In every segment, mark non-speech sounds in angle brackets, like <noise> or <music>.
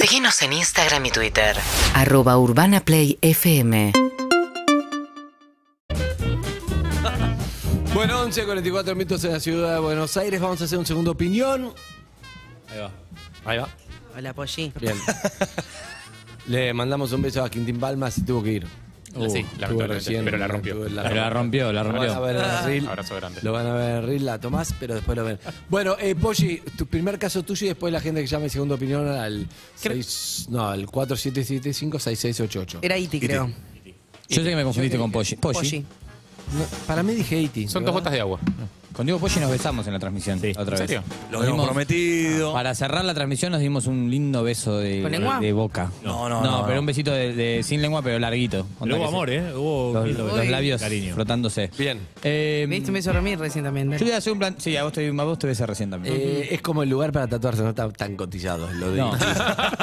Seguinos en Instagram y Twitter. Arroba Urbana Play FM. Bueno, 11, 44 minutos en la ciudad de Buenos Aires. Vamos a hacer un segundo opinión. Ahí va. Ahí va. Hola, Polly. Bien. <laughs> Le mandamos un beso a Quintín Palma, si tuvo que ir. Uh, sí, estuvo lamentablemente, pero la rompió. estuvo en Pero la rompió, la Lo van a rompió. ver en el reel. Abrazo grande. Lo van a ver en el reel, la tomás, pero después lo ven. Bueno, eh, Poggi, tu primer caso tuyo y después la gente que llame segunda opinión al seis- no, al 4775-6688. Era E Iti, Iti. creo. Yo sé que me confundiste con Poggi. Poggi. Polly. No, para mí dije 80. Son dos gotas de agua. Con Diego Poggi nos besamos en la transmisión. la Otra ¿En serio? Vez. Lo Nos habíamos dimos- prometido. Para cerrar la transmisión nos dimos un lindo beso de, ¿Con lengua? de boca. No, no, No, no, pero no. un besito de, de- sin lengua, pero larguito. Onda Pero que hubo se- amor, ¿eh? Hubo Los, lindo- los Uy. labios Cariño. frotándose. Bien. Eh, Me diste un beso a dormir recién también. yo dale. voy a hacer un plan. Sí, a vos te, a vos te besé recién también. Eh, es como el lugar para tatuarse, no está tan cotillado. Lo de <laughs> No. No,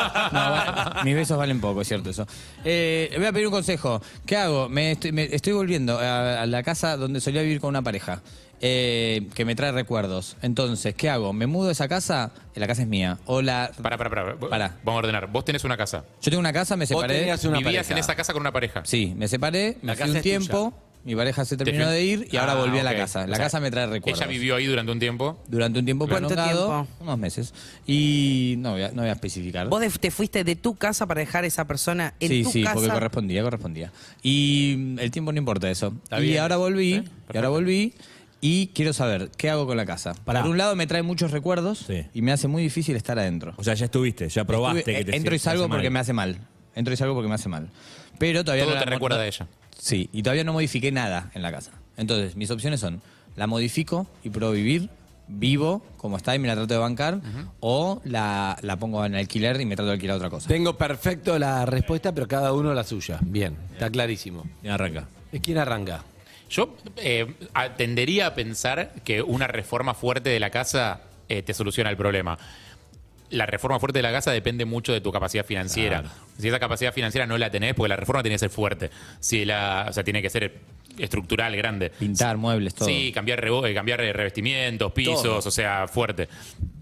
va- mis besos valen poco, es cierto eso. Eh, voy a pedir un consejo. ¿Qué hago? Me estoy, me estoy volviendo a, a la casa donde solía vivir con una pareja. eh, que me trae recuerdos. Entonces, ¿qué hago? ¿Me mudo a esa casa? La casa es mía. O la... Pará, pará, pará. Vos- Pará. Vamos a ordenar. Vos tenés una casa. Yo tengo una casa, me separé. tenías una Vivías pareja. en esa casa con una pareja. Sí, me separé, me La fui casa un es tiempo, mi pareja se terminó fui- de ir y ahora Ah, volví a la ok. casa. La O sea, casa me trae recuerdos. Ella vivió ahí durante un tiempo. durante un tiempo ¿Cuánto prolongado, tiempo? unos meses. Y no voy a, no voy a especificar. Vos de- te fuiste de tu casa para dejar a esa persona en sí, tu sí, casa. porque correspondía, correspondía. Y mm, el tiempo no importa eso. Está y bien. ahora Sí, volví, y perfecto. ahora volví y quiero saber qué hago con la casa. Pará. Por un lado me trae muchos recuerdos Sí. y me hace muy difícil estar adentro. O sea, ya estuviste, ya probaste Estuve- eh, que te entro y hace salgo mal. porque me hace mal. Entro y salgo porque me hace mal. Pero todavía Todo no te la- recuerda no- a ella. Sí, y todavía no modifiqué nada en la casa. Entonces, mis opciones son, la modifico y puedo vivir, vivo como está y me la trato de bancar, o la, la pongo en alquiler y me trato de alquilar otra cosa. Tengo perfecto la respuesta, pero cada uno la suya. Bien, está clarísimo. Y Arranca. ¿Es quién arranca? Yo eh, a- tendería a pensar que una reforma fuerte de la casa eh, te soluciona el problema. La reforma fuerte de la casa depende mucho de tu capacidad financiera. Si esa capacidad financiera no la tenés, porque la reforma tiene que ser fuerte. Si la, o sea, tiene que ser estructural, grande. Pintar muebles, todo. Sí, cambiar, rebo- eh, cambiar eh, revestimientos, pisos, o sea, fuerte.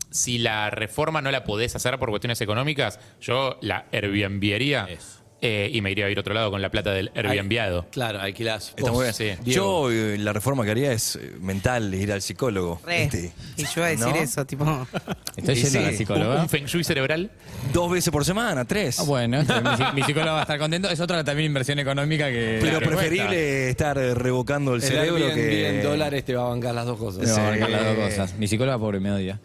Si la reforma no la podés hacer por cuestiones económicas, yo la Airbnb y me iría a ir a otro lado con la plata del Airbnb. Claro, alquilás. vos. Está muy bien. sí. Diego. Yo eh, la reforma que haría es eh, mental, ir al psicólogo. este, Re. Este. ¿viste? Y yo iba a decir ¿No? eso, tipo. Estoy Y yendo a la sí, Un, psicóloga. un feng shui cerebral. Dos veces por semana, tres. Ah, bueno, mi, psi- mi psicólogo va a estar contento. Es otra también inversión económica que. Pero que cuesta. preferible estar eh, revocando el, El cerebro Airbnb que. en dólares te va a bancar las dos cosas. Me va a abarcar las dos Sí. cosas. Mi psicóloga, pobre, me odia.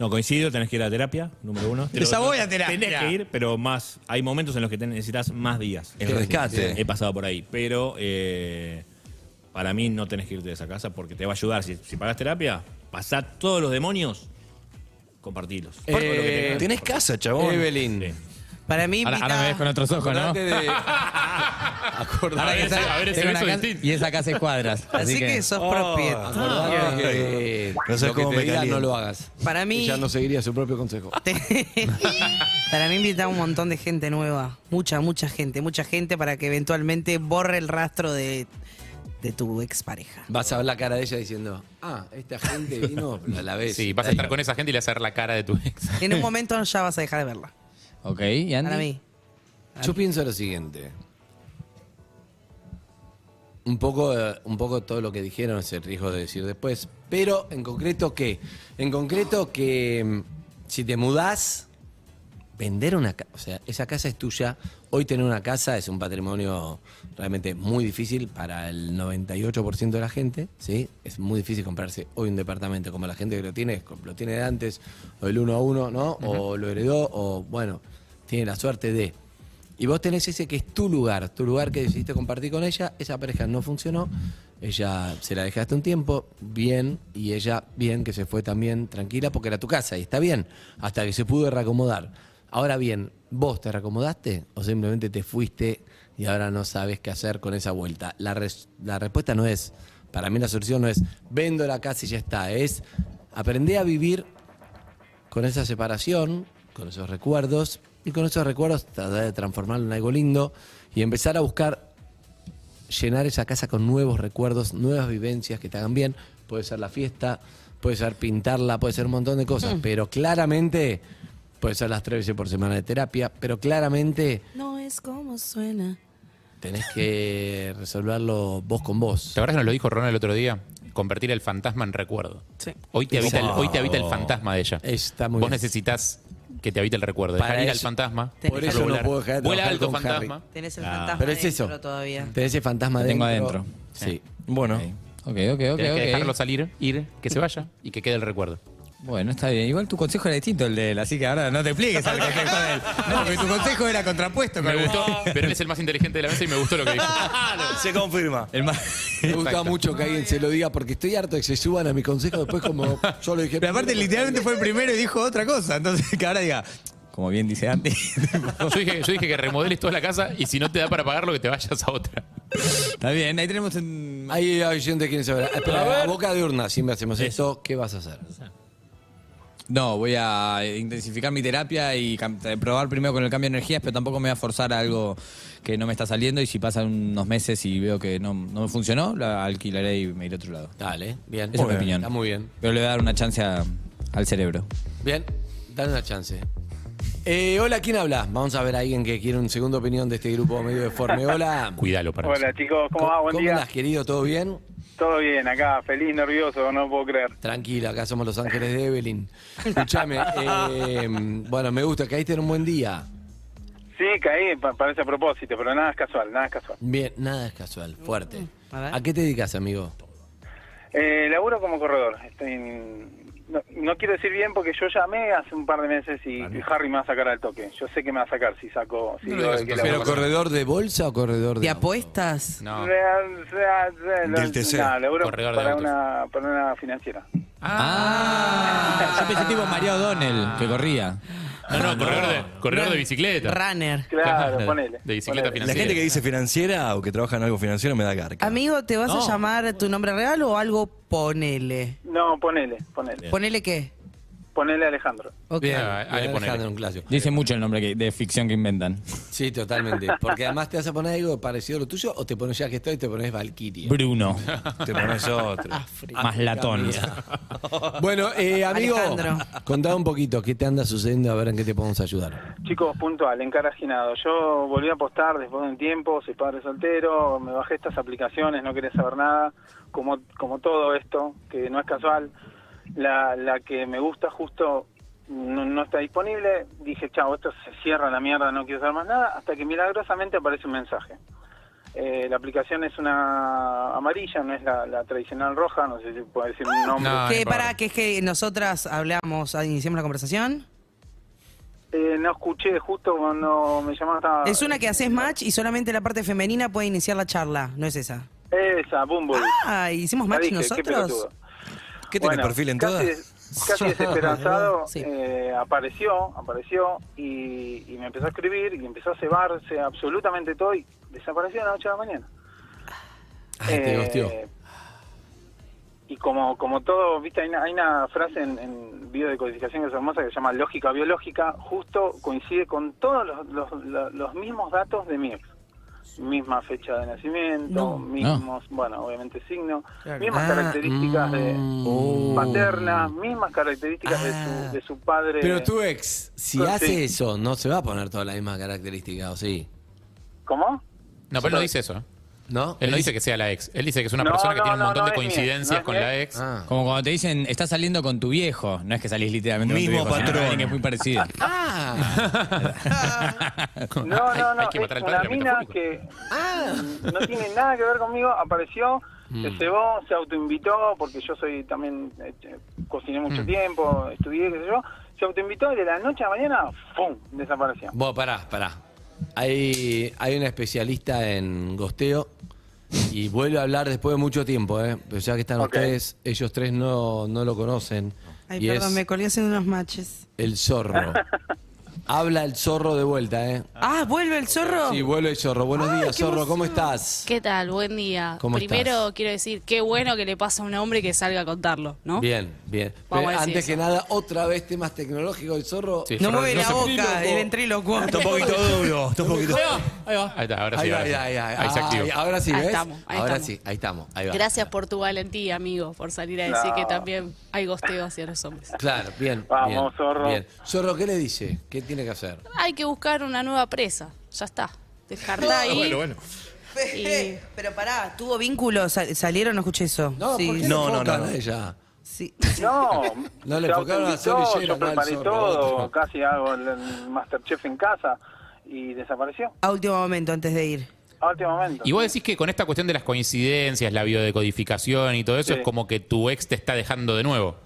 No, coincido, tenés que ir a terapia, número uno. Te Esa lo- voy a no, terapia. Tenés que ir, pero más. Hay momentos en los que te necesitas más días. El rescate. He pasado por ahí. Pero eh, para mí no tenés que irte de esa casa porque te va a ayudar. Si, si pagás terapia, pasá todos los demonios, compartilos. Eh, Todo lo que tengas. Tenés casa, chabón. Evelyn. Sí. Para mí, Ahora, ahora invita- me ves con otros ojos, ¿no? Acordate de- Ahora A que ver esa- ese- a ver ese tengo una beso casa- distinto. Y esa casa es cuadras. Así, que, sos Oh, propietario. acordate que No sé lo que cómo te me diga, caliento. no lo hagas. Para mí. Ella no seguiría su propio consejo. <laughs> para mí invita a un montón de gente nueva. Mucha, mucha gente. Mucha gente para que eventualmente borre el rastro de, de tu expareja. Vas a ver la cara de ella diciendo, ah, esta gente vino a la vez. Sí, vas a estar con esa gente y le vas a ver la cara de tu ex. <laughs> En un momento ya vas a dejar de verla. Ok, ¿y <laughs> Andy? Para mí. Yo pienso lo siguiente. Un poco, eh, un poco todo lo que dijeron es el riesgo de decir después. Pero en concreto, ¿qué? En concreto, que mm, si te mudás, vender una casa. O sea, esa casa es tuya. Hoy tener una casa es un patrimonio realmente muy difícil para el 98% de la gente. ¿sí? Es muy difícil comprarse hoy un departamento como la gente que lo tiene, lo tiene de antes, o el uno a uno, ¿no? O lo heredó, o bueno, tiene la suerte de. Y vos tenés ese que es tu lugar, tu lugar que decidiste compartir con ella, esa pareja no funcionó, ella se la dejaste un tiempo, bien, y ella bien que se fue también tranquila porque era tu casa y está bien, hasta que se pudo reacomodar. Ahora bien, ¿vos te reacomodaste o simplemente te fuiste y ahora no sabes qué hacer con esa vuelta? La, res- la respuesta no es, para mí la solución no es vendo la casa y ya está, es aprender a vivir con esa separación, con esos recuerdos, y con esos recuerdos tratar de transformarlo en algo lindo y empezar a buscar llenar esa casa con nuevos recuerdos, nuevas vivencias que te hagan bien. Puede ser la fiesta, puede ser pintarla, puede ser un montón de cosas, pero claramente Puedes ser las tres veces por semana de terapia, pero claramente No es como suena. tenés que resolverlo vos con vos. ¿Te acuerdas que nos lo dijo Ron el otro día? Convertir el fantasma en recuerdo. Sí. Hoy te habita, el, hoy te habita el fantasma de ella. Está muy Vos bien. necesitas que te habite el recuerdo. Para Dejar ir eso- al fantasma. Tenés Por que eso no volar. puedo dejar de Vuela trabajar alto con fantasma. Harry. Tenés el fantasma Pero es dentro eso. todavía. Tenés ese fantasma Lo tengo adentro. Sí. Bueno, Ok, ok, ok. Tenés ok. que dejarlo salir, ir, que se vaya y que quede el recuerdo. Bueno, está bien. Igual tu consejo era distinto al de él, así que ahora no te expliques al consejo de él. No, porque tu consejo era contrapuesto con Me el- gustó, pero él es el más inteligente de la mesa y me gustó lo que dijo. se confirma. El más... Me gusta mucho que alguien se lo diga porque estoy harto de que se suban a mi consejo después <laughs> como yo lo dije. Pero aparte, literalmente fue el primero y dijo otra cosa. Entonces, <laughs> que ahora diga, como bien dice Andy. <laughs> Yo dije, yo dije que remodeles toda la casa y si no te da para pagarlo, que te vayas a otra. está bien, ahí tenemos un. Ahí hay gente que quiere saber. Ah, espera, a boca de urna, siempre hacemos esto. ¿Qué vas a hacer? No, voy a intensificar mi terapia y cam- probar primero con el cambio de energías, pero tampoco me voy a forzar a algo que no me está saliendo. Y si pasan unos meses y veo que no, no me funcionó, la alquilaré y me iré a otro lado. Dale, bien. Esa es Muy mi bien, opinión. Está muy bien. Pero le voy a dar una chance a- al cerebro. Bien, dale una chance. Eh, hola, ¿quién habla? Vamos a ver a alguien que quiere una segunda opinión de este grupo medio <laughs> deforme. Hola. Cuídalo para Hola eso. chicos, ¿cómo va? Buen ¿Cómo día. andás, querido? ¿Todo bien? Todo bien, acá, feliz, nervioso, no puedo creer. Tranquila, acá somos los ángeles de Evelyn. Escúchame. eh, bueno, me gusta, caíste en un buen día. Sí, caí, pa- parece a propósito, pero nada es casual, nada es casual. Bien, nada es casual, fuerte. A ver. ¿A qué te dedicas, amigo? Eh, laburo como corredor. Estoy en- no, no quiero decir bien porque yo llamé hace un par de meses y Harry me va a sacar al toque. Yo sé que me va a sacar si saco... Si No digo lo digas, de qué entonces, laburo. ¿Pero corredor de bolsa o corredor de.? ¿De auto? apuestas? No. Eh, eh, eh, Del no, TC. no, laburo Corredor de para autos. una, para una financiera. Ah, yo pensé tipo María O'Donnell, que corría. No, no, corredor, de, corredor de bicicleta. Runner. Claro, Claro, ponele. de bicicleta ponele. La gente que dice financiera o que trabaja en algo financiero me da garca. Amigo, ¿te vas a llamar tu nombre real o algo ponele? No, ponele, ponele. ¿Ponele qué? Ponele a Alejandro. Ok. Bien, Ah, bien, ah, le ponele. Alejandro, un clásico. Dice mucho el nombre que- de ficción que inventan. Sí, totalmente. Porque además te vas a poner algo parecido a lo tuyo o te pones ya que estoy, te pones Valkyria. Bruno. Te pones otro. Más latón. Bueno, eh, amigo, Alejandro. contá un poquito qué te anda sucediendo, a ver en qué te podemos ayudar. Chicos, puntual, encarajinado. Yo volví a apostar después de un tiempo, soy padre soltero, me bajé estas aplicaciones, no quería saber nada, como, como todo esto, que no es casual. La, la que me gusta justo no, no está disponible. Dije, chao, esto se cierra la mierda, no quiero saber más nada, hasta que milagrosamente aparece un mensaje. Eh, la aplicación es una amarilla, no es la, la tradicional roja, no sé si puedo decir un nombre. No, que no para importa. que es que nosotras hablamos, ah, iniciamos la conversación. Eh, no escuché justo cuando me llamaron. Ah, estaba- Es una que haces match y solamente la parte femenina puede iniciar la charla, no es esa. Esa, Bumble. Ah, hicimos La match dije, qué nosotros. pelotudo. ¿Qué tiene perfil en casi todas? des- <laughs> Casi desesperanzado, Sí. eh, apareció, apareció y, y me empezó a escribir y empezó a cebarse absolutamente todo y desapareció a las 8 de la mañana. Ah, te Eh, gosteó. Y como, como todo, viste, hay una, hay una frase en, en video de codificación que es hermosa que se llama lógica biológica, justo coincide con todos los, los- los- los mismos datos de mi ex. Misma fecha de nacimiento, No. mismos, bueno, obviamente signo, mismas Ah, características de Oh. paternas, mismas características de, Ah. su, de su padre. Pero tu ex, si Sí. hace eso, no se va a poner todas las mismas características, ¿o sí? ¿Cómo? No, pero él no dice eso. ¿eh? ¿No? Él no dice que sea la ex. Él dice que es una No, persona que no, tiene un no, montón no de es mía, coincidencias no es con mía. la ex. Ah. Como cuando te dicen, estás saliendo con tu viejo. No es que salís literalmente Mismo con tu viejo, sino patrón. alguien que es muy parecido. Ah, No, no, no, hay que matar es al padre, una mina metafórico. que mm, no tiene nada que ver conmigo, apareció, se cebó, se autoinvitó, porque yo soy también, eh, eh, cociné mucho tiempo, estudié, qué sé yo, se autoinvitó y de la noche a la mañana, ¡pum!, desapareció. Bueno, pará, pará. Hay, hay una especialista en gosteo y vuelve a hablar después de mucho tiempo, ¿eh? Pero ya que están Ok. ustedes, ellos tres no, no lo conocen. Ay, y perdón, es <laughs> me colgué haciendo unos matches. el zorro. Habla el zorro de vuelta, ¿eh? Ah, vuelve el zorro. Sí, vuelve el zorro. Buenos Ay, días, qué zorro. ¿Cómo emoción. estás? ¿Qué tal? Buen día. ¿Cómo Primero estás? quiero decir, qué bueno que le pasa a un hombre que salga a contarlo, ¿no? Bien, bien. Vamos Pero a decir antes que eso. nada, otra vez temas tecnológicos del zorro. Sí, no zorro, mueve no la se- boca, el ventríloco. Está un poquito duro, está un poquito Ahí va. Ahí está, ahora sí. Ahí va, ahí, ahora sí. ahí, ahí. Ahí se Ah, activó. ahí- Ahora sí, Ahí ¿ves? estamos, ahí ahora estamos. sí, ahí estamos. Ahí va. Gracias por tu valentía, amigo, por salir a decir No. que también hay gosteo hacia los hombres. Claro, bien. Vamos, bien, zorro. bien. Zorro, ¿qué le dice? ¿Qué tiene que hacer? Hay que buscar una nueva presa, ya está. Dejarla Ah, ahí. Bueno, bueno. Y- <laughs> Pero pará, ¿tuvo vínculos? Sal- ¿Salieron? No escuché eso. No, sí. ¿por qué No, le no, enfocan no, no. a ella? sí. <laughs> <laughs> No, No le se enfocaron a autoinvitó, Sol y Yera, yo no al preparé zorro, todo, otro. casi hago el, el Masterchef en casa y desapareció A último momento, antes de ir. a último momento. Y vos decís que con esta cuestión de las coincidencias, la biodecodificación y todo eso, Sí. es como que tu ex te está dejando de nuevo.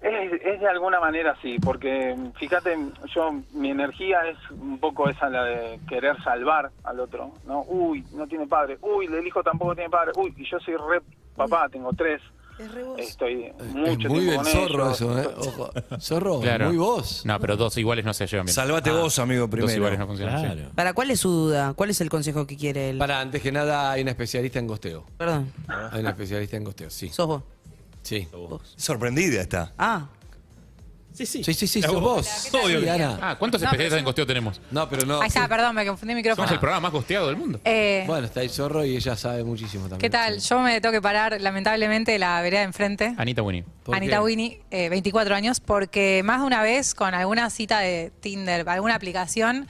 Es, es de alguna manera así, porque mm, fíjate, yo mi energía es un poco esa la de querer salvar al otro, ¿no? Uy, no tiene padre, uy, el hijo tampoco tiene padre, uy, y yo soy re papá, tengo tres, Es re vos. estoy mucho Eh, es tiempo muy del con zorro ellos. eso, ¿eh? Ojo. Zorro, es Claro. muy vos. No, pero dos iguales no se llevan bien. Salvate vos, amigo, Dos iguales primero. no funcionan. sí. Claro. ¿Para cuál es su duda? ¿Cuál es el consejo que quiere él? Para, antes que nada, hay una especialista en gosteo. Perdón, Hay una especialista en gosteo, sí. sos vos. Sí. Sorprendida está. Ah, Sí, sí. Sí, sí, sí, sos vos. Obvio. Sí, Ana. Ah, ¿cuántos especialistas en costeo tenemos? No, pero no. Ahí está, sí. perdón, me confundí el micrófono. Somos el programa más costeado del mundo. Eh, Bueno, está el zorro y ella sabe muchísimo también. ¿Qué tal? Sí. Yo me tengo que parar, lamentablemente, de la vereda de enfrente. Anita Winnie. ¿Por Anita qué? Winnie, eh, 24 años, porque más de una vez con alguna cita de Tinder, alguna aplicación,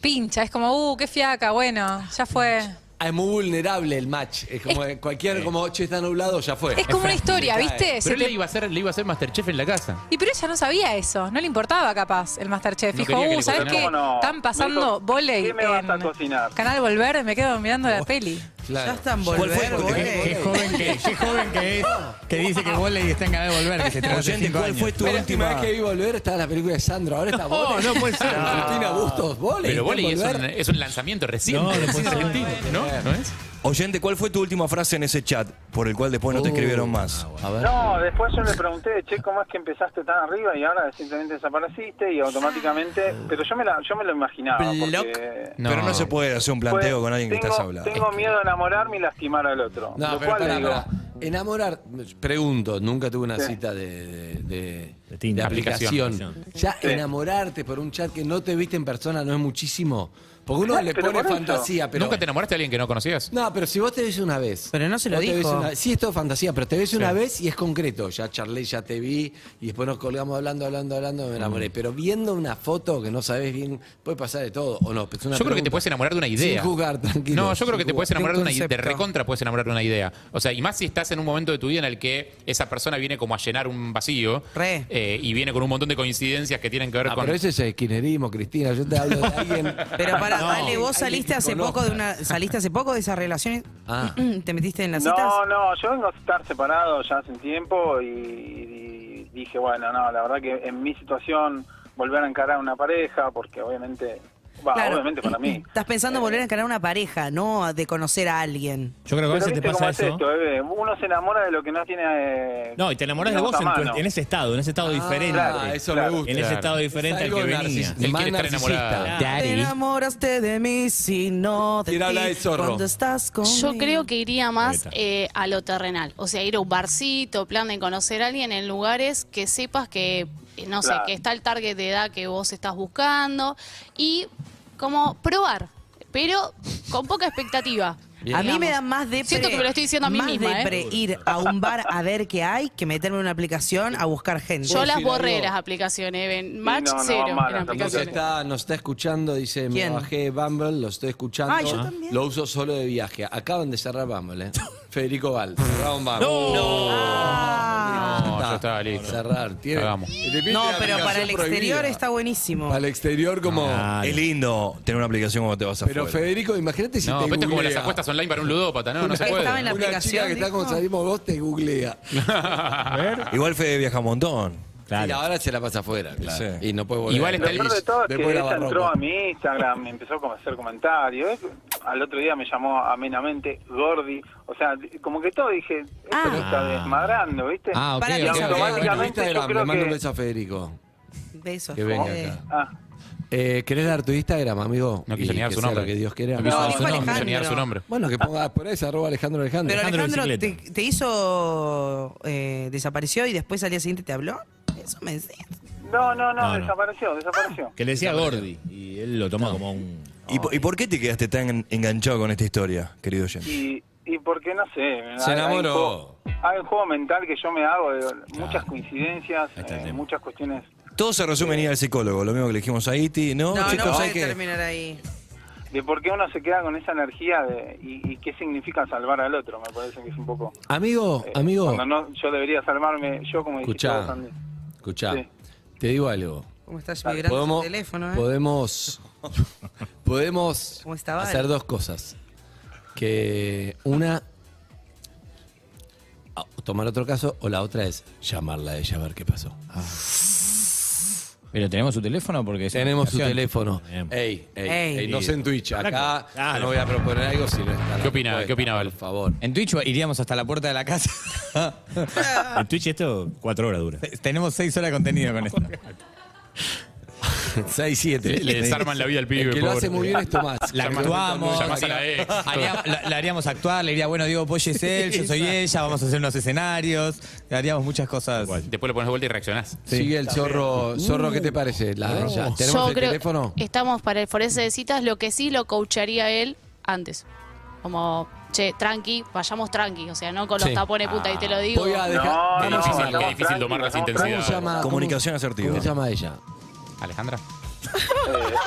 pincha. Es como, uh, qué fiaca, bueno, ya fue. Ah, es muy vulnerable el match. Es como eh, cualquier, como, che, está nublado, ya fue. Es como una historia, Cae. ¿viste? Se Pero él le te- iba, a hacer, le iba a hacer Masterchef en la casa. Y pero ella no sabía eso, no le importaba capaz el Masterchef. No Dijo, quería que uh, le ¿sabes cocinara. qué? ¿Cómo no? Están Me pasando dijo, volei ¿qué me vas a en cocinar? Canal Volver, me quedo mirando Oh, la peli. Claro. ya están eh. ¿Cuál fue? volver, Porque- volver. Qué joven que, qué joven que es, que dice que vole y está en ganas de volver, que se trae hace <laughs> Oyente, cinco ¿cuál años. fue tu la última vez última? que vi volver estaba la película de Sandro. Ahora está No, Voley. no <laughs> puede ser. Cristina Bustos, voley. está Pero en Boli es volver. un, es un lanzamiento reciente. No, no del puede cine ser. argentino, ¿no? ¿No es? Oyente, ¿cuál fue tu última frase en ese chat por el cual después no te Uh. escribieron más? A ver. No, después yo le pregunté, che, ¿cómo es que empezaste tan arriba y ahora simplemente desapareciste y automáticamente... Pero yo me, la, yo me lo imaginaba, porque... No. Pero no se puede hacer un planteo Pues, con alguien que tengo, estás hablando. Tengo miedo de enamorarme y lastimar al otro. No, lo pero cual pará, digo, pará. Enamorar, pregunto, nunca tuve una cita de, de, de- De Tinder. de aplicación. Aplicación. Ya Sí. enamorarte por un chat que no te viste en persona no es muchísimo. Porque uno Ah, le pero pone por eso. fantasía, pero. ¿Nunca te enamoraste de alguien que no conocías? No, pero si vos te ves una vez. Pero no se lo vos te ves dijo. una- sí, es todo fantasía, pero te ves una vez y es concreto. Ya charlé, ya te vi y después nos colgamos hablando, hablando, hablando, me Mm. enamoré. Pero viendo una foto que no sabes bien, puede pasar de todo o no. pero es una Yo creo que te pregunta. puedes enamorar de una idea. Sin jugar, tranquilo. No, yo sin creo que te jugar. puedes enamorar de una idea. De concepto. recontra puedes enamorar de una idea. O sea, y más si estás en un momento de tu vida en el que esa persona viene como a llenar un vacío. Re. eh, y viene con un montón de coincidencias que tienen que ver Ah, con. pero ese es el kirchnerismo, Cristina. Yo te hablo de <laughs> alguien. <laughs> Pero para, No. dale, vos Alguien saliste que hace conozcas. poco de una, saliste hace poco de esa relación. Ah. <clears throat> ¿Te metiste en las citas? No, no, yo vengo a estar separado ya hace un tiempo y, y dije, bueno, no, la verdad que en mi situación volver a encarar una pareja, porque obviamente, va, Claro. obviamente para mí. <clears throat> Estás pensando en volver a encarar una pareja, no de conocer a alguien. Yo creo que a Pero veces te viste pasa cómo es eso. esto, bebé. Uno se enamora de lo que no tiene. eh, No, y te enamoras de digamos, vos a en, tu- mano. en ese estado, en ese estado diferente. claro, eso claro. me gusta. En ese Claro. estado diferente Es al algo que venía. narcis- Él más quiere estar narcisista. enamorado. Te enamoraste de mí si no de ¿Quién ti, habla del zorro? Cuando estás conmigo. Yo creo que iría más Ahí está. eh, a lo terrenal, o sea, ir a un barcito, plan de conocer a alguien en lugares que sepas que, eh, no sé, Claro. que está el target de edad que vos estás buscando y como probar, pero con poca expectativa. a mí digamos. me da más de Siento que me lo estoy diciendo a mí más misma, depre ¿eh? ir a un bar a ver qué hay que meterme en una aplicación a buscar gente. Yo las decir borré algo? las aplicaciones, ven, match no, no, cero en malas aplicaciones. Nos aplicaciones. está, nos está escuchando, dice, me ¿Quién? bajé Bumble, lo estoy escuchando. Ah, yo también. Lo uso solo de viaje. Acaban de <laughs> cerrar Bumble, ¿eh? Federico Val, cerraron Bumble. Ah. No, yo estaba listo. Cerrar, tiene. Cagamos. No, pero para el exterior está buenísimo. Para el exterior como... Ah, Es lindo tener una aplicación cuando te vas a Pero Federico, imagínate si No, te pero esto es como las googlea. apuestas online para un ludópata, ¿no? No se puede. Estaba en la Una chica aplicación, que está dijo. como salimos vos te googlea. Igual Fede viaja un montón. Y Claro. ahora se la pasa afuera, claro. Sí. Y no puede volver. Igual Lo está peor de todo es que Después la ella barroca. entró a mi Instagram, me empezó a hacer comentarios. eh, Al otro día me llamó amenamente Gordi. O sea, como que todo dije, esto Ah. me está desmadrando, ¿viste? Ah, ok, Para ok, que ok. automáticamente Instagram, yo creo le mando un que- beso a Federico. Besos. Eh, Que venga Fede. acá. Ah, Eh, ¿Querés dar tu Instagram, amigo? No quiso Y ni dar que su sea nombre. lo que Dios quiera. No quiso No, dar su dijo nombre, no quiso ni dar su Alejandro. nombre. Bueno, que pongas por eso, arroba Alejandro Alejandro. Pero Alejandro te, te hizo. eh, desapareció y después al día siguiente te habló. Eso me decía. No, no, no, No, no. desapareció, desapareció. Que le decía Gordi. Y él lo tomó como un. ¿Y, po- y por qué te quedaste tan enganchado con esta historia, querido oyente? Y, y porque no sé. Se hay- hay un enamoró. juego- Hay un juego mental que yo me hago, de muchas coincidencias, eh, muchas cuestiones. Todo se resume en ir al psicólogo, lo mismo que le dijimos a Iti. No, No, chicos, no eh, hay puede que... terminar ahí. De por qué uno se queda con esa energía de, y, y qué significa salvar al otro, me parece que es un poco. Amigo, eh, amigo, Cuando no, yo debería salvarme, yo como dijiste Escuchá. vos, Andy. escuchá, Sí. te digo algo. ¿Cómo estás Dale. vibrando Podemos- el teléfono? eh? <laughs> Podemos, podemos ¿Cómo estaba? hacer dos cosas. Que una, a- tomar otro caso, o la otra es llamarla a ella a ver qué pasó. Ah, Pero tenemos su teléfono porque... es una Tenemos su aplicación. teléfono. Ey, ey, Ey. ey, no sé en Twitch. Acá Claro. no voy a proponer algo si no está. ¿Qué opina? ¿Qué opina, Val? Por favor. En Twitch iríamos hasta la puerta de la casa. <laughs> En Twitch esto cuatro horas dura. Tenemos seis horas de contenido con esto. 6, 7. Le desarman la vida al pibe, El que lo pobre. hace muy bien es Tomás. La Llamás- actuamos. llamás a la ex. haríamos- la, la haríamos actuar, le diría, bueno, Diego Polle <laughs> es él, yo soy ella, vamos a hacer unos escenarios, le haríamos muchas cosas. Después lo pones de vuelta y reaccionás. Sigue el zorro. Zorro, ¿qué te parece? La- ya, ¿Tenemos Yo el creo- teléfono? Estamos para el forense de citas, lo que sí lo coacharía él antes. Como, che, tranqui, vayamos tranqui. O sea, no con los Sí. tapones puta, y te Ah, lo digo. Voy a dejar. No, Qué no, difícil, estamos qué difícil tranquilos, domar las estamos intensidades. ¿Cómo llama- Comunicación asertiva. ¿Cómo se llama ella? Alejandra.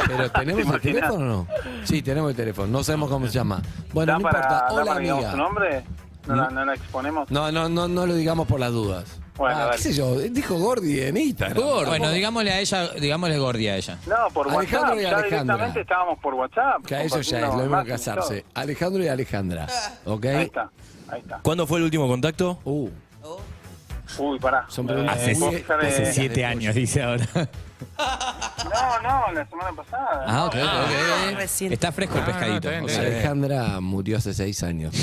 Pero tenemos el imaginas? teléfono o no? Sí, tenemos el teléfono. No sabemos cómo se llama. Bueno, ¿Da no para, importa. da Hola, para que digamos amiga. su nombre? ¿No, la, no la exponemos? No, no, no, no lo digamos por las dudas. Bueno, Ah, dale. ¿Qué sé yo? Dijo Gordi en Instagram. Gordo. Bueno, digámosle a ella, digámosle Gordi a ella. No, por Alejandro WhatsApp. y Ya Alejandra. directamente estábamos por WhatsApp. Que a eso ya es compartiendo lo mismo que imágenes y todo. casarse. Alejandro y Alejandra. ¿Ok? Ahí está, ahí está. ¿Cuándo fue el último contacto? Uh, Uy, pará. Son preguntas Eh, vos sabés- Hace siete años, dice ahora. No, no, la semana pasada. Ah, ok, No, ok, ok. Recién. Está fresco el pescadito. ah, está bien, O sea, Alejandra murió hace seis años.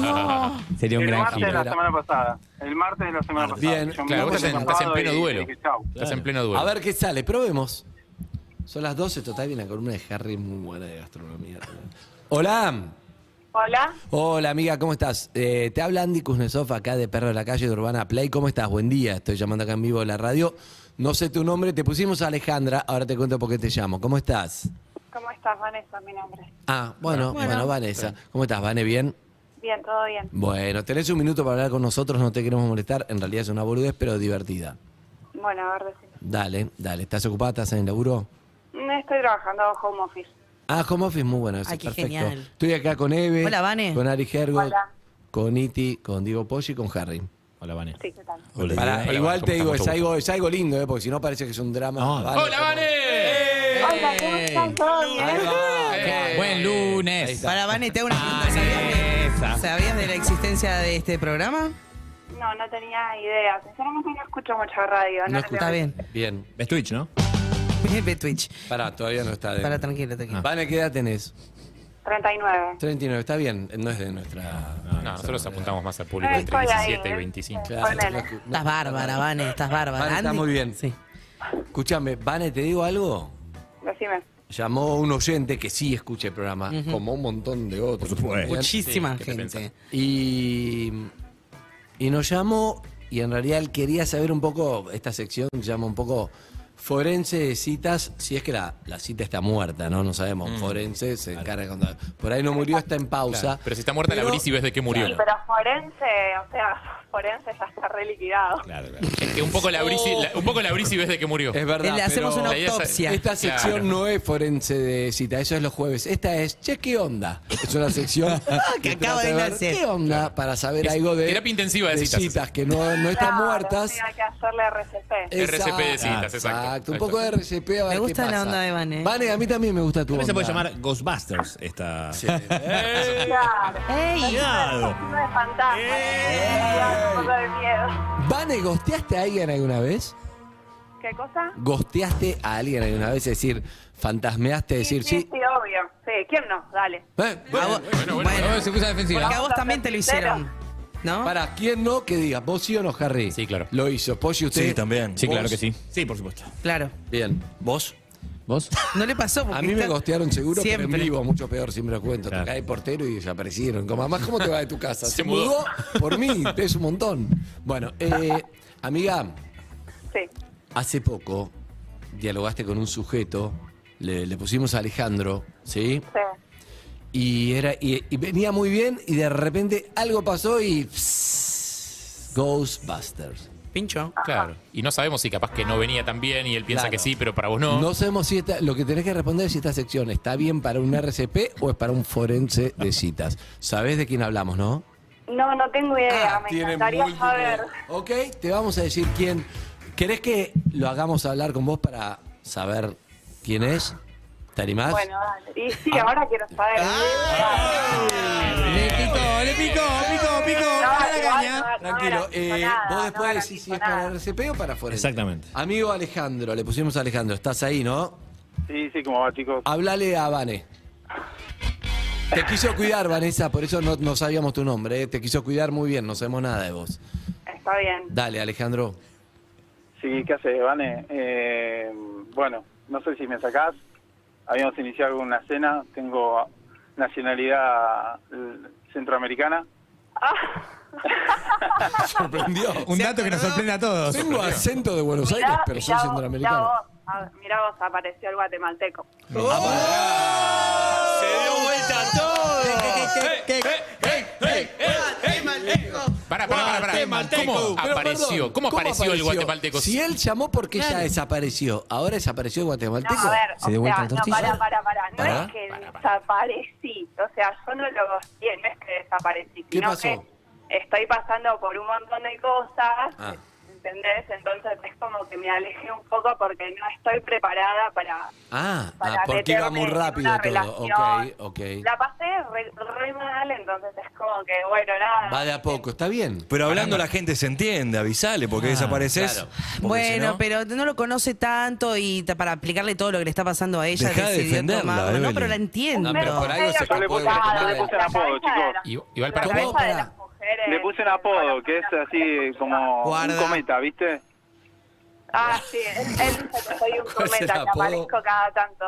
No. Sería un el gran martes giro. de la semana pasada. El martes de la semana pasada. Ah, Bien, Yo me claro, vos puse estás en- estás en enojado pleno y duelo. dije, chau. Estás en pleno duelo. A ver qué sale, probemos. Son las 12, total, viene la columna de Harry muy buena de gastronomía. Hola. Hola, Hola amiga, ¿cómo estás? Eh, te habla Andy Kuznetsov acá de Perro de la Calle de Urbana Play. ¿Cómo estás? Buen día, estoy llamando acá en vivo de la radio. No sé tu nombre, te pusimos Alejandra, ahora te cuento por qué te llamo. ¿Cómo estás? ¿cómo estás, Vanessa? Mi nombre. Ah, bueno, bueno, Bueno. Vanessa. ¿Cómo estás, Vane? ¿Bien? Bien, todo bien. Bueno, tenés un minuto para hablar con nosotros, no te queremos molestar. En realidad es una boludez, pero divertida. Bueno, a ver, decime. Dale, dale. ¿Estás ocupada? ¿Estás en el laburo? Mm, Estoy trabajando home office. Ah, home office, muy bueno, eso Ay, es qué perfecto. genial. Estoy acá con Eve, Hola, Vane. con Ari Gergot, Hola. con Iti, con Diego Poggi y con Harry. Hola, Vane. Sí, ¿qué tal? Pará, Hola, igual Vane, te ¿cómo digo, estás? es Mucho algo, es algo lindo, eh, porque si no parece que es un drama. Vane, Eh. ¡Hola, Vane! Hola, ¿cómo están? ¿Todo bien? Buen lunes. Para Vane, te hago una pregunta. ¿Sabías de, sabías de la existencia de este programa? No, no tenía idea. Sinceramente no escucho mucha radio. No, te Está bien. <laughs> Bien. ¿Ves Twitch, no? Ve Twitch. Pará, todavía no está de. Para tranquilo, tranquilo. Vane, ¿qué edad tenés? 39. 39, está bien, no es de nuestra. No, nosotros apuntamos más al público Eh, entre estoy ahí, 17 y eh. 25. Claro, Ponele. no- Estás bárbara, Vane, estás bárbara. Vane, está Andy- muy bien. Sí. Escúchame, Vane, ¿te digo algo? Decime. Llamó un oyente que sí escucha el programa, como un montón de otros. ¿Bien? Muchísima Sí, ¿qué te gente. Y, y nos llamó y en realidad él quería saber un poco, esta sección se llama un poco forense de citas, si es que la, la cita está muerta, ¿no? No sabemos, Mm. forense se encarga cuando... Por ahí no murió, está en pausa. Claro, Pero si está muerta la Pero- brisa y ves de qué murió. Sí, pero forense, o sea, forense ya está re liquidado. Claro, claro. Es que un poco la brisa, y- la- un poco la brisa y ves de qué murió. Es verdad. Le hacemos pero una la idea es- autopsia. Esta sección Claro. no es forense de cita, eso es los jueves. Esta es Che, ¿qué onda? Es una <laughs> sección Ah, que trata acaba de ver nacer. ¿Qué onda? Para saber Es algo de. terapia intensiva de citas. que no, no están Claro, muertas. Ah, sí, hay que hacerle RCP. RCP de citas, exacto. Un poco de RCP a ver Me qué gusta la pasa. onda de Vane. Vane, a mí también me gusta tu onda. También se puede llamar Ghostbusters esta. <laughs> Claro. ¡Ey! Cuidado. Uno de fantasma. Eh, un poco de miedo. Vane, ¿gosteaste a alguien alguna vez? ¿Qué cosa? ¿Gosteaste a alguien alguna vez? Es decir, fantasmeaste, decir eh, sí, sí. sí, obvio. Sí, ¿quién no? Dale. Eh, A vos- bueno, Oh, se puso a la defensiva. porque a vos a también ser te lo sinceros. hicieron. ¿No? Para, ¿quién no? Que diga, ¿vos sí o no, Harry? Sí, claro. Lo hizo. Pollo, usted. Sí, también. Sí, claro que sí. Sí, por supuesto. Claro. Bien. ¿Vos? ¿Vos? No le pasó porque A mí me está- costearon seguro, pero Siempre. en vivo, mucho peor, siempre lo cuento. Te cae portero y desaparecieron. Como, mamá, ¿cómo te va de tu casa? <laughs> Se Se mudó. mudó por mí, es un montón. Bueno, eh, amiga, hace poco dialogaste con un sujeto, le, le pusimos a Alejandro, ¿sí? Y, era, y, y venía muy bien y de repente algo pasó y... pss, Ghostbusters. Pincho. Claro. Y no sabemos si capaz que no venía tan bien y él piensa Claro. que sí, pero para vos no. No sabemos si esta, lo que tenés que responder es si esta sección está bien para un RCP o es para un forense de citas. Sabés de quién hablamos, ¿no? No, no tengo idea. Me tiene encantaría múltiples. saber. Ok, te vamos a decir quién. ¿Querés que lo hagamos hablar con vos para saber quién es? ¿Te animás? Bueno, dale. Y sí, ahora quiero saber. Le picó, le picó, picó, picó. No, la no, no, caña. no Tranquilo, garantizó eh, nada, vos no después decís si es para RCP o para forense. Exactamente. Amigo Alejandro, le pusimos a Alejandro, estás ahí, ¿no? Sí, sí, como va, chicos. Háblale a Vane. Te quiso cuidar, Vanessa, por eso no, no sabíamos tu nombre. ¿eh? Te quiso cuidar muy bien, no sabemos nada de vos. Está bien. Dale, Alejandro. Sí, ¿qué haces, Vane? Eh, bueno, no sé si me sacás. Habíamos iniciado una cena. Tengo nacionalidad eh, centroamericana. Sorprendió. Un dato que nos sorprende a todos. Tengo acento de Buenos Aires, Mirá, pero soy mirá vos, centroamericano. mirá vos, ah, mirá vos, apareció el guatemalteco. ¡Se dio vuelta todo! Eh, Para, Ah, para, para, para. Guatemalteco. ¿Cómo Pero, perdón, apareció? ¿Cómo apareció el guatemalteco? Si él llamó porque ya desapareció, ahora desapareció el No, guatemalteco. a ver, o sea, no, para, para, para. No Pará. es que desaparecí, o sea, yo no lo bien, no es que desaparecí, ¿Qué sino pasó? que estoy pasando por un montón de cosas, Ah. ¿entendés? Entonces es como que me alejé un poco porque no estoy preparada para... Ah, ah, para porque iba meterme muy en rápido una todo. relación. Ok, ok. La pasé re, re mal, entonces es como que, bueno, nada. Va de a poco, está bien. Pero hablando la gente se entiende, avisale, porque desapareces. Ah, claro. porque si Bueno, no- pero no lo conoce tanto y ta- para aplicarle todo lo que le está pasando a ella Dejá de decidió defenderla, tomarlo. No, Evelyn. pero la entiendo. No, Ah, pero por algo se Yo le puse, yo le puse un apodo, chicos. Y- Igual para ¿Cómo? Pará. Le puse un apodo, que es así como Guarda. un cometa, ¿viste? Ah, sí, él, él dice que <laughs> soy un ¿Cuál cometa, será, que Pogo? aparezco cada tanto.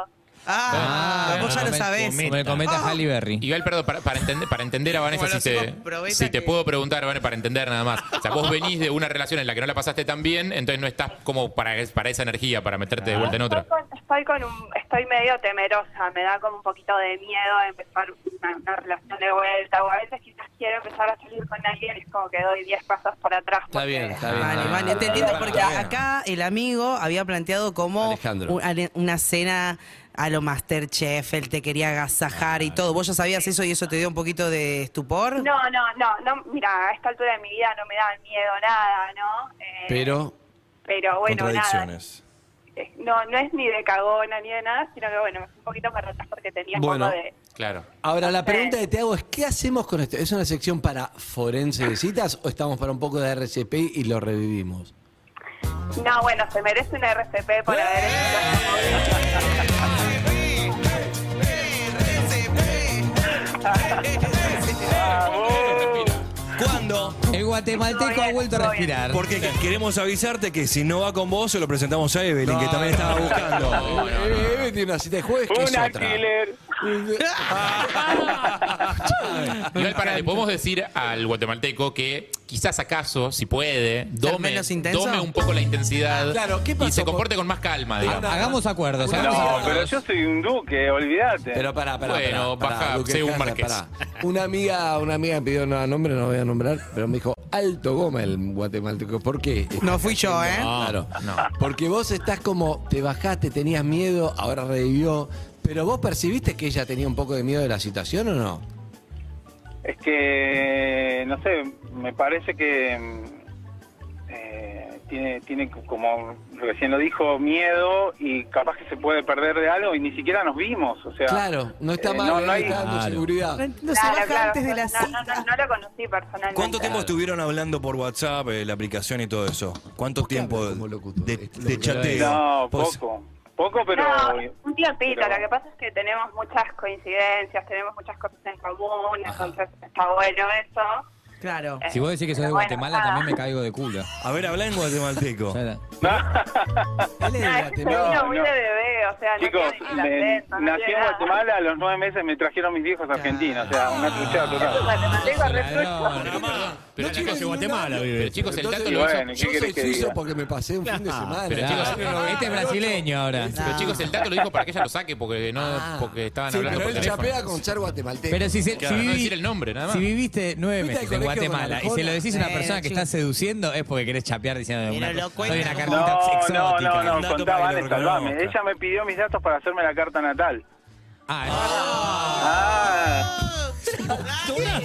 Ah, vos ya lo sabés. Ah. Como el cometa Halle Berry. Igual, perdón, para, para entender, para entender a Vanessa, Como si los te, hijos probeta si te que- puedo preguntar, Vanessa, para entender nada más. O sea, vos venís de una relación en la que no la pasaste tan bien, entonces no estás como para, para esa energía, para meterte de vuelta en otra. Estoy con, estoy con un- estoy medio temerosa, me da como un poquito de miedo empezar una, una relación de vuelta, o a veces quizás quiero empezar a salir con alguien y es como que doy 10 pasos para atrás. Está bien, está bien. Vale, está vale, bien. te entiendo porque acá el amigo había planteado como Alejandro. un- ale- una cena a lo Masterchef, él te quería agasajar Ah. y todo. ¿Vos ya sabías eso y eso te dio un poquito de estupor? No, no, no, no, mira, a esta altura de mi vida no me da miedo nada, ¿no? Eh, Pero, pero bueno, nada. Contradicciones. Eh, No, no es ni de cagona ni de nada, sino que bueno, es un poquito para atrás porque tenía Bueno. un poco de... Claro. ahora la pregunta que te hago es: ¿qué hacemos con esto? ¿Es una sección para forense de citas o estamos para un poco de RCP y lo revivimos? No, bueno, se merece un RCP ¡Eh! por haber ¿Cuándo? El guatemalteco ha vuelto a respirar. Porque que- queremos avisarte que si no va con vos, se lo presentamos a Evelyn, que también estaba buscando. Ah. <laughs> Eh, Eve tiene una cita de jueves que es Un otra. <laughs> <laughs> Ah. alquiler. Ah. Igual para, le podemos decir al guatemalteco que quizás acaso, si puede, dome, menos intenso? dome un poco la intensidad Ah, Claro, ¿qué pasó y se por- comporte con más calma, digamos. Anda. Hagamos acuerdos, hagamos No, acuerdos. pero yo soy un duque, olvídate. Pero pará, pará. Bueno, pará, pará, baja, Duque sé un Escanda, marqués. Una amiga, una amiga me pidió no nombre, no voy a nombrar, pero me dijo Alto Goma el guatemalteco. ¿Por qué? No fui yo, ¿eh? claro. no. Porque vos estás como, te bajaste, tenías miedo, ahora revivió. Pero vos percibiste que ella tenía un poco de miedo de la situación o no? Es que, no sé, me parece que mm, eh, tiene, tiene, como recién lo dijo, miedo y capaz que se puede perder de algo y ni siquiera nos vimos. O sea, Claro, no está eh, mal, no, no, no hay- está dando Claro. No, seguridad. entiendo, se baja antes de la no, no, no, cita. no lo conocí personalmente. ¿Cuánto tiempo estuvieron hablando por WhatsApp, eh, la aplicación y todo eso? ¿Cuánto tiempo como locutor. de, Esto de lo- chateo? No, Pues, poco. Poco, pero... No, un tiempito, pero- lo que pasa es que tenemos muchas coincidencias, tenemos muchas cosas en común, entonces está bueno eso. Claro. Eh, Si vos decís que sos de Bueno, Guatemala, nada. también me caigo de culo. A ver, habla en guatemalteco. Ah, es que No, vino muy no. de bebé, o sea, Chicos, no tiene ni me- el acento, no nací tiene en nada. Guatemala, a los nueve meses me trajeron mis viejos argentinos, o sea, una truchada total. Guatemalteco, Pero chicos, de Guatemala, Pero chicos, el Entonces, tacto lo bueno, ¿qué hizo. Yo querés soy que suizo diga? porque me pasé un fin de semana. Pero Ah, chicos, este es brasileño ahora. Pero chicos, el dato lo dijo para que ella lo saque porque no Ah. porque estaban Sí, hablando pero por él teléfono. chapea con ser guatemalteco. Pero si, se- Claro, si no vivi- decir el nombre, nada más. si viviste nueve ¿Fuiste meses al en colegio con Guatemala y se lo Arjona? decís a una Eh, persona que sí. está seduciendo, es porque querés chapear diciendo una, lo soy una No, carnita no, exótica. no, no, Dato contá, para que vale, lo salvame. reconozca. Ella me pidió mis datos para hacerme la carta natal. eh. Ah, no,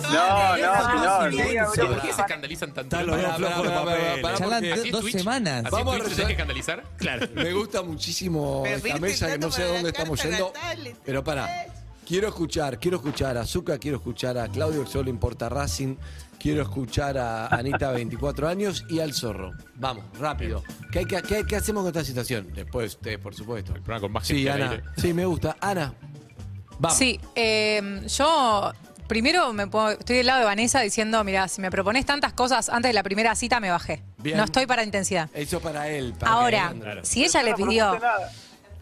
no, no. ¿Por qué se escandalizan tanto? Están los dos flojos de papel. Charlan do- dos semanas. Así Vamos a Twitch se resolver- deja escandalizar. Claro. Me gusta muchísimo Pero esta viste mesa que tanto no sé para la dónde estamos carta yendo. natal, Pero pará. Quiero escuchar, quiero escuchar a Zucca, quiero escuchar a Claudio, que solo le importa Racing. Quiero escuchar a <laughs> Anita, 24 años, y al Zorro. Vamos, rápido. ¿Qué, hay que- qué, hay- qué hacemos con esta situación? Después de ustedes, por supuesto. programa con más Sí, gente al Ana. aire. Sí, me gusta. Ana. Vamos. Sí, eh, yo primero me puedo- estoy del lado de Vanessa diciendo, mira, si me propones tantas cosas antes de la primera cita me bajé. Bien. Eh, No estoy para intensidad. Eso para él. para Ahora, él. si ella le pidió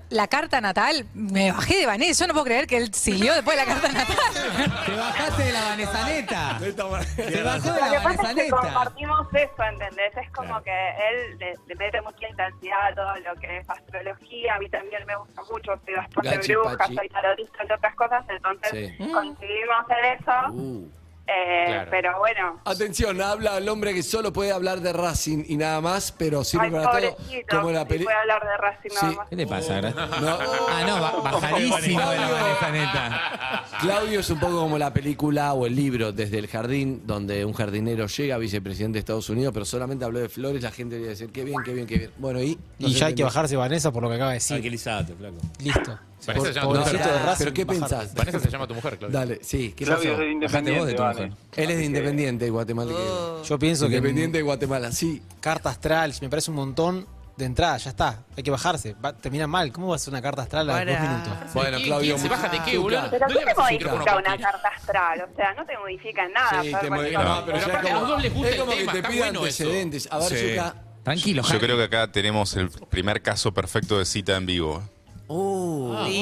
la carta natal, me bajé de Vanessa. Yo no puedo creer que él siguió después de la carta natal. <laughs> Te bajaste de la vanezaneta. Te bajó de Lo la que pasa es que vanezaneta. compartimos eso, ¿entendés? Es como que él le, le mete mucha intensidad a todo lo que es astrología, a mí también me gusta mucho, soy bastante Gachi, bruja, pachi. soy tarotista y otras cosas, entonces Mm. Sí. coincidimos en eso, Uh. eh, Claro. pero bueno, Atención, habla el hombre que solo puede hablar de Racing y nada más, pero sirve ay para todo. pobrecito, Como la si peli. puede hablar de Racing nada Sí. más. ¿Qué te pasa, Gra- No. Ah, no, ba- bajadísimo de la vanezaneta. Claudio es un poco como la película o el libro Desde el jardín, donde un jardinero llega, vicepresidente de Estados Unidos, pero solamente habló de flores, la gente le iba a decir, qué bien, qué bien, qué bien. Bueno, y... no y se ya hay que entendió. bajarse Vanessa por lo que acaba de decir. Tranquilizate, flaco. Listo. Vanessa Por- se llama tu pobrecito mujer. de Racing, Pero ¿qué bajar. pensás? Vanessa se llama tu mujer, Claudio. Dale, sí, ¿qué Claudio pasó? es de Bajate vos de Independiente, tu Oh. vale. mujer. Él es de Independiente de Guatemala. que- Yo pienso que- Independiente de Guatemala, sí. Carta astral, me parece un montón de entrada, ya está. Hay que bajarse. Va, termina mal. ¿Cómo va a ser una carta astral a los dos Pará. minutos? Bueno, ¿Quién- Claudio... quién se baja de qué, Zucca. boludo? Pero No ¿qué le te hagas el modifica micrófono una compartir. carta astral? O sea, no te modifica en nada. Sí, saber te cuál modifica- es la- No, pero Pero ya aparte es a como, los dos les gusta es el como tema, que te está pide bueno eso. antecedentes. A ver, Sí. Zucca. Tranquilo, Yo creo que acá tenemos el primer caso perfecto de cita en vivo. Uh, el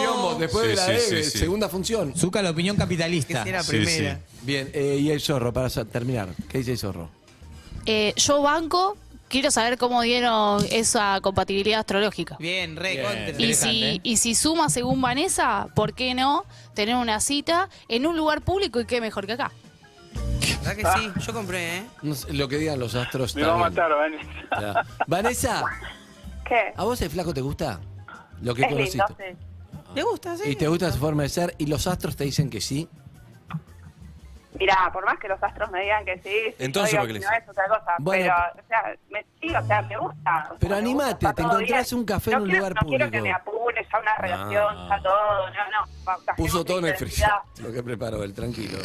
biombo, después Sí, de la sí, EVE, sí, sí. segunda función. Zuca la opinión capitalista. Que será Sí, primera. sí. Bien, eh, y el zorro, para sa- terminar, ¿qué dice el zorro? Eh, yo banco, quiero saber cómo dieron esa compatibilidad astrológica. Bien, Eh, re, contra. Y si, y si suma según Vanessa, ¿por qué no tener una cita en un lugar público y qué mejor que acá? ¿Verdad que sí? Yo compré, ¿eh? No sé, lo que digan los astros. Me está va a bien. matar, Vanessa. Ya. Vanessa, ¿Qué? ¿a vos el flaco te gusta? Lo que Es conociste. lindo, sí. ¿Le gusta, sí? ¿Y te gusta su forma de ser? ¿Y los astros te dicen que sí? Mirá, por más que los astros me digan que sí, si Entonces, yo ¿por digo qué le que no es otra cosa, Bueno, pero, o sea, me, sí, o sea, me gusta. o sea, Pero me animate, gusta, está te todo encontrás bien. un café No en un quiero- lugar No quiero que público. me apures a una Ah. relación, a todo, no, no. bajemos Puso todo en el freezer. intensidad. Lo que preparó él, tranquilo.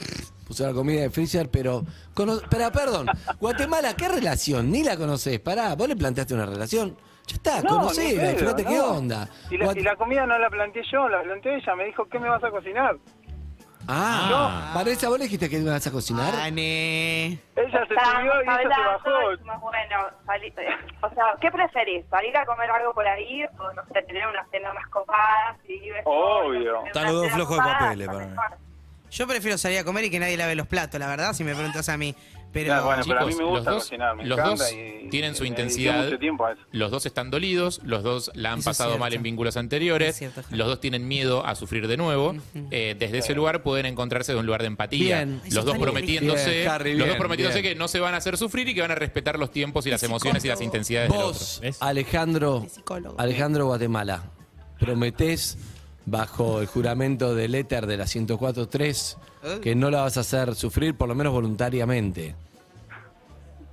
Puso la comida en el freezer, pero. cono- Pará, perdón. Guatemala, ¿qué relación? Ni la conocés. Pará, vos le planteaste una relación. Ya está, No, ni conocela, pedo, disfrate, ¿qué no. onda? Y la, Guat- y la comida no la planteé yo, la planteé ella. Me dijo, ¿qué me vas a cocinar? Ah, Vanessa, vos le dijiste que ibas a cocinar. Ah, Ane. Ella Estábamos se subió y ella se hablando, bajó. dijimos, bueno, salí- o sea, ¿qué preferís? ¿Salir a comer algo por ahí o no sé, tener una cena más copada? Si vives Obvio. solo, tener Están una los dos cena flojos de copada, papeles está para mí. mejor. Yo prefiero salir a comer y que nadie lave los platos, la verdad, si me preguntas a mí. Pero. Ya, bueno, Ah, pero a mí me Chicos, gusta los dos- cocinar, me los encanta dos y- tienen y su me dediqué intensidad. mucho tiempo a eso. Los dos están dolidos, los dos la han Eso es pasado mal cierto. en vínculos anteriores, Es cierto, Jaime. los dos tienen miedo a sufrir de nuevo. Eh, desde ese lugar pueden encontrarse de un lugar de empatía. Bien. Eso Los está dos bien. prometiéndose, Bien, Harry, los dos bien, prometiéndose bien. que no se van a hacer sufrir y que van a respetar los tiempos y las emociones y las intensidades del otro. Vos, ¿Ves? Alejandro, De psicólogo. Alejandro Guatemala, prometés bajo el juramento del éter de la 104.3 que no la vas a hacer sufrir, por lo menos voluntariamente.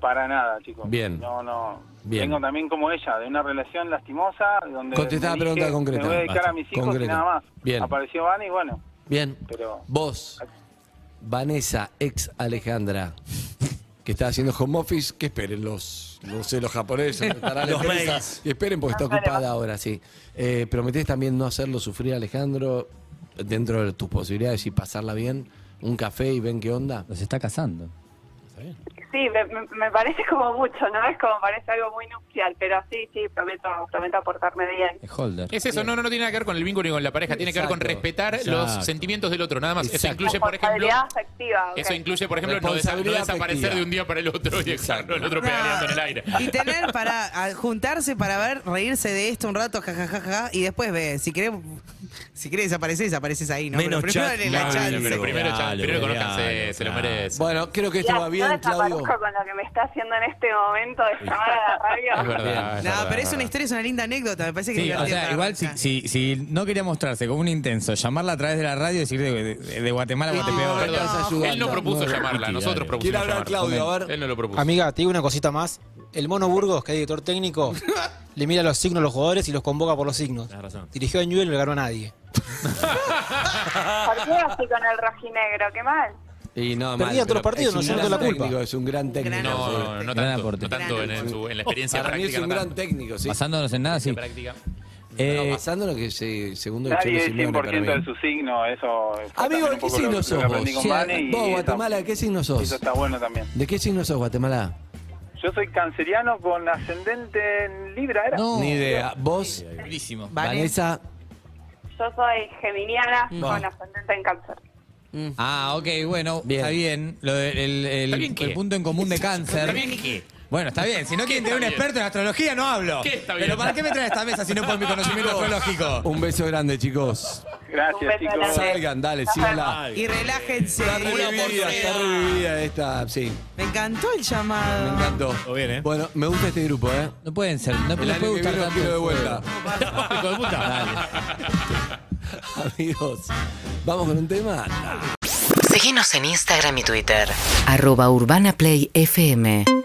Para nada, chicos. Bien. No, no. Bien. Vengo también como ella, de una relación lastimosa. donde Contestá me la pregunta dije, concreta. Me voy a dedicar Basta. a mis hijos y Concreta. nada más. Bien. Apareció Vani y bueno, Bien. pero... Vos, Vanessa, ex Alejandra, que está haciendo home office, que esperen los, no sé, los japoneses, restaurantes, Los empresas, mails. que esperen porque está Dale, ocupada va. ahora, sí. Eh, prometés también no hacerlo sufrir a Alejandro dentro de tus posibilidades y pasarla bien, un café y ven qué onda. Los está casando. Sí, me, me- me parece como mucho, ¿no? Es como parece algo muy nupcial, pero sí, sí, prometo, prometo portarme bien. Holder. Es eso, no, no, no tiene nada que ver con el vínculo ni con la pareja, tiene que ver con Exacto, respetar exacto. los sentimientos del otro, nada más. Eso Exacto. incluye, por ejemplo, Responsabilidad afectiva. ok. eso incluye, por ejemplo, no, desa- no Responsabilidad desaparecer afectiva. de un día para el otro <laughs> y exacto, el otro No. pedaleando en el aire. <laughs> Y tener para a- juntarse para ver, reírse de esto un rato, jajajaja, y después ve, si querés, si querés desaparecer, desapareces ahí, ¿no? Menos Pero primero chat, dale la claro, chance. pero primero chat, Claro, primero claro, conózcanse, se lo claro. merece. Bueno, creo que esto Ya, va yo bien, Claudio. ah, desaparezco con lo que me está haciendo en este momento de llamar a la radio. <laughs> Es verdad, es No, verdad, pero es es una verdad. historia, es una linda anécdota, me parece que es Sí, o divertido sea, para igual si, arrancar. si, si no quería mostrarse como un intenso, llamarla a través de la radio y decir de, de- de Guatemala a No, Guatepeor. perdón, él no propuso llamarla, nosotros propusimos Quiero hablar, llamarla. Claudio, a ver. Él no lo propuso. Amiga, te digo una cosita más. El Mono Burgos, que es director técnico, le mira los signos a los jugadores y los convoca por los signos. Dirigió a Newell y no le ganó a nadie. ¿Por qué así con el rojinegro? Qué mal. Y no, Perdía mal, todos los pero partidos, es no, un yo no tengo gran la culpa. técnico, es un gran técnico. No, no, no Gran tanto, aporte. no tanto en, en su- en la experiencia Para mí práctica. es un no gran tanto. técnico, sí. Basándonos en nada, sí. Práctica. No, pasando lo que se, segundo el Cholo Nadie es Simeone, para 100% mí. de su signo, eso. fue Amigo, también ¿de un qué poco lo- signo lo que sos vos? aprendí con Vane y Vos, está- Guatemala, ¿de qué signo Eso sos? está bueno también. ¿De qué signo sos, Guatemala? Yo soy canceriano con ascendente en Libra, ¿era? Ni idea. ¿Vos? Buenísimo. Vanessa. Yo soy geminiana Mm. con ascendente en cáncer. Ah, ok, bueno, está bien. Lo de- el, el- bien el qué? punto en <laughs> común de cáncer. <laughs> ¿Está bien qué? Bueno, está bien. Si no ¿Qué quieren está tener un bien? experto en astrología, no hablo. ¿Qué está bien? Pero ¿para qué me traes a esta mesa si no por mi conocimiento astrolológico? Un beso grande, chicos. Gracias, chicos. Salgan, dale, síganla. Y relájense. Está Una por revivida, fuera. está revivida esta, sí. Me encantó el Me llamado. encantó. Bueno, me gusta este grupo, ¿eh? ¿eh? No pueden ser, no, no El puede año que gustar viene los tanto. quiero de el vuelta. <laughs> Hijo de puta. Amigos, vamos con un tema. Síguenos en Instagram y Twitter. Arroba Urbana Play FM.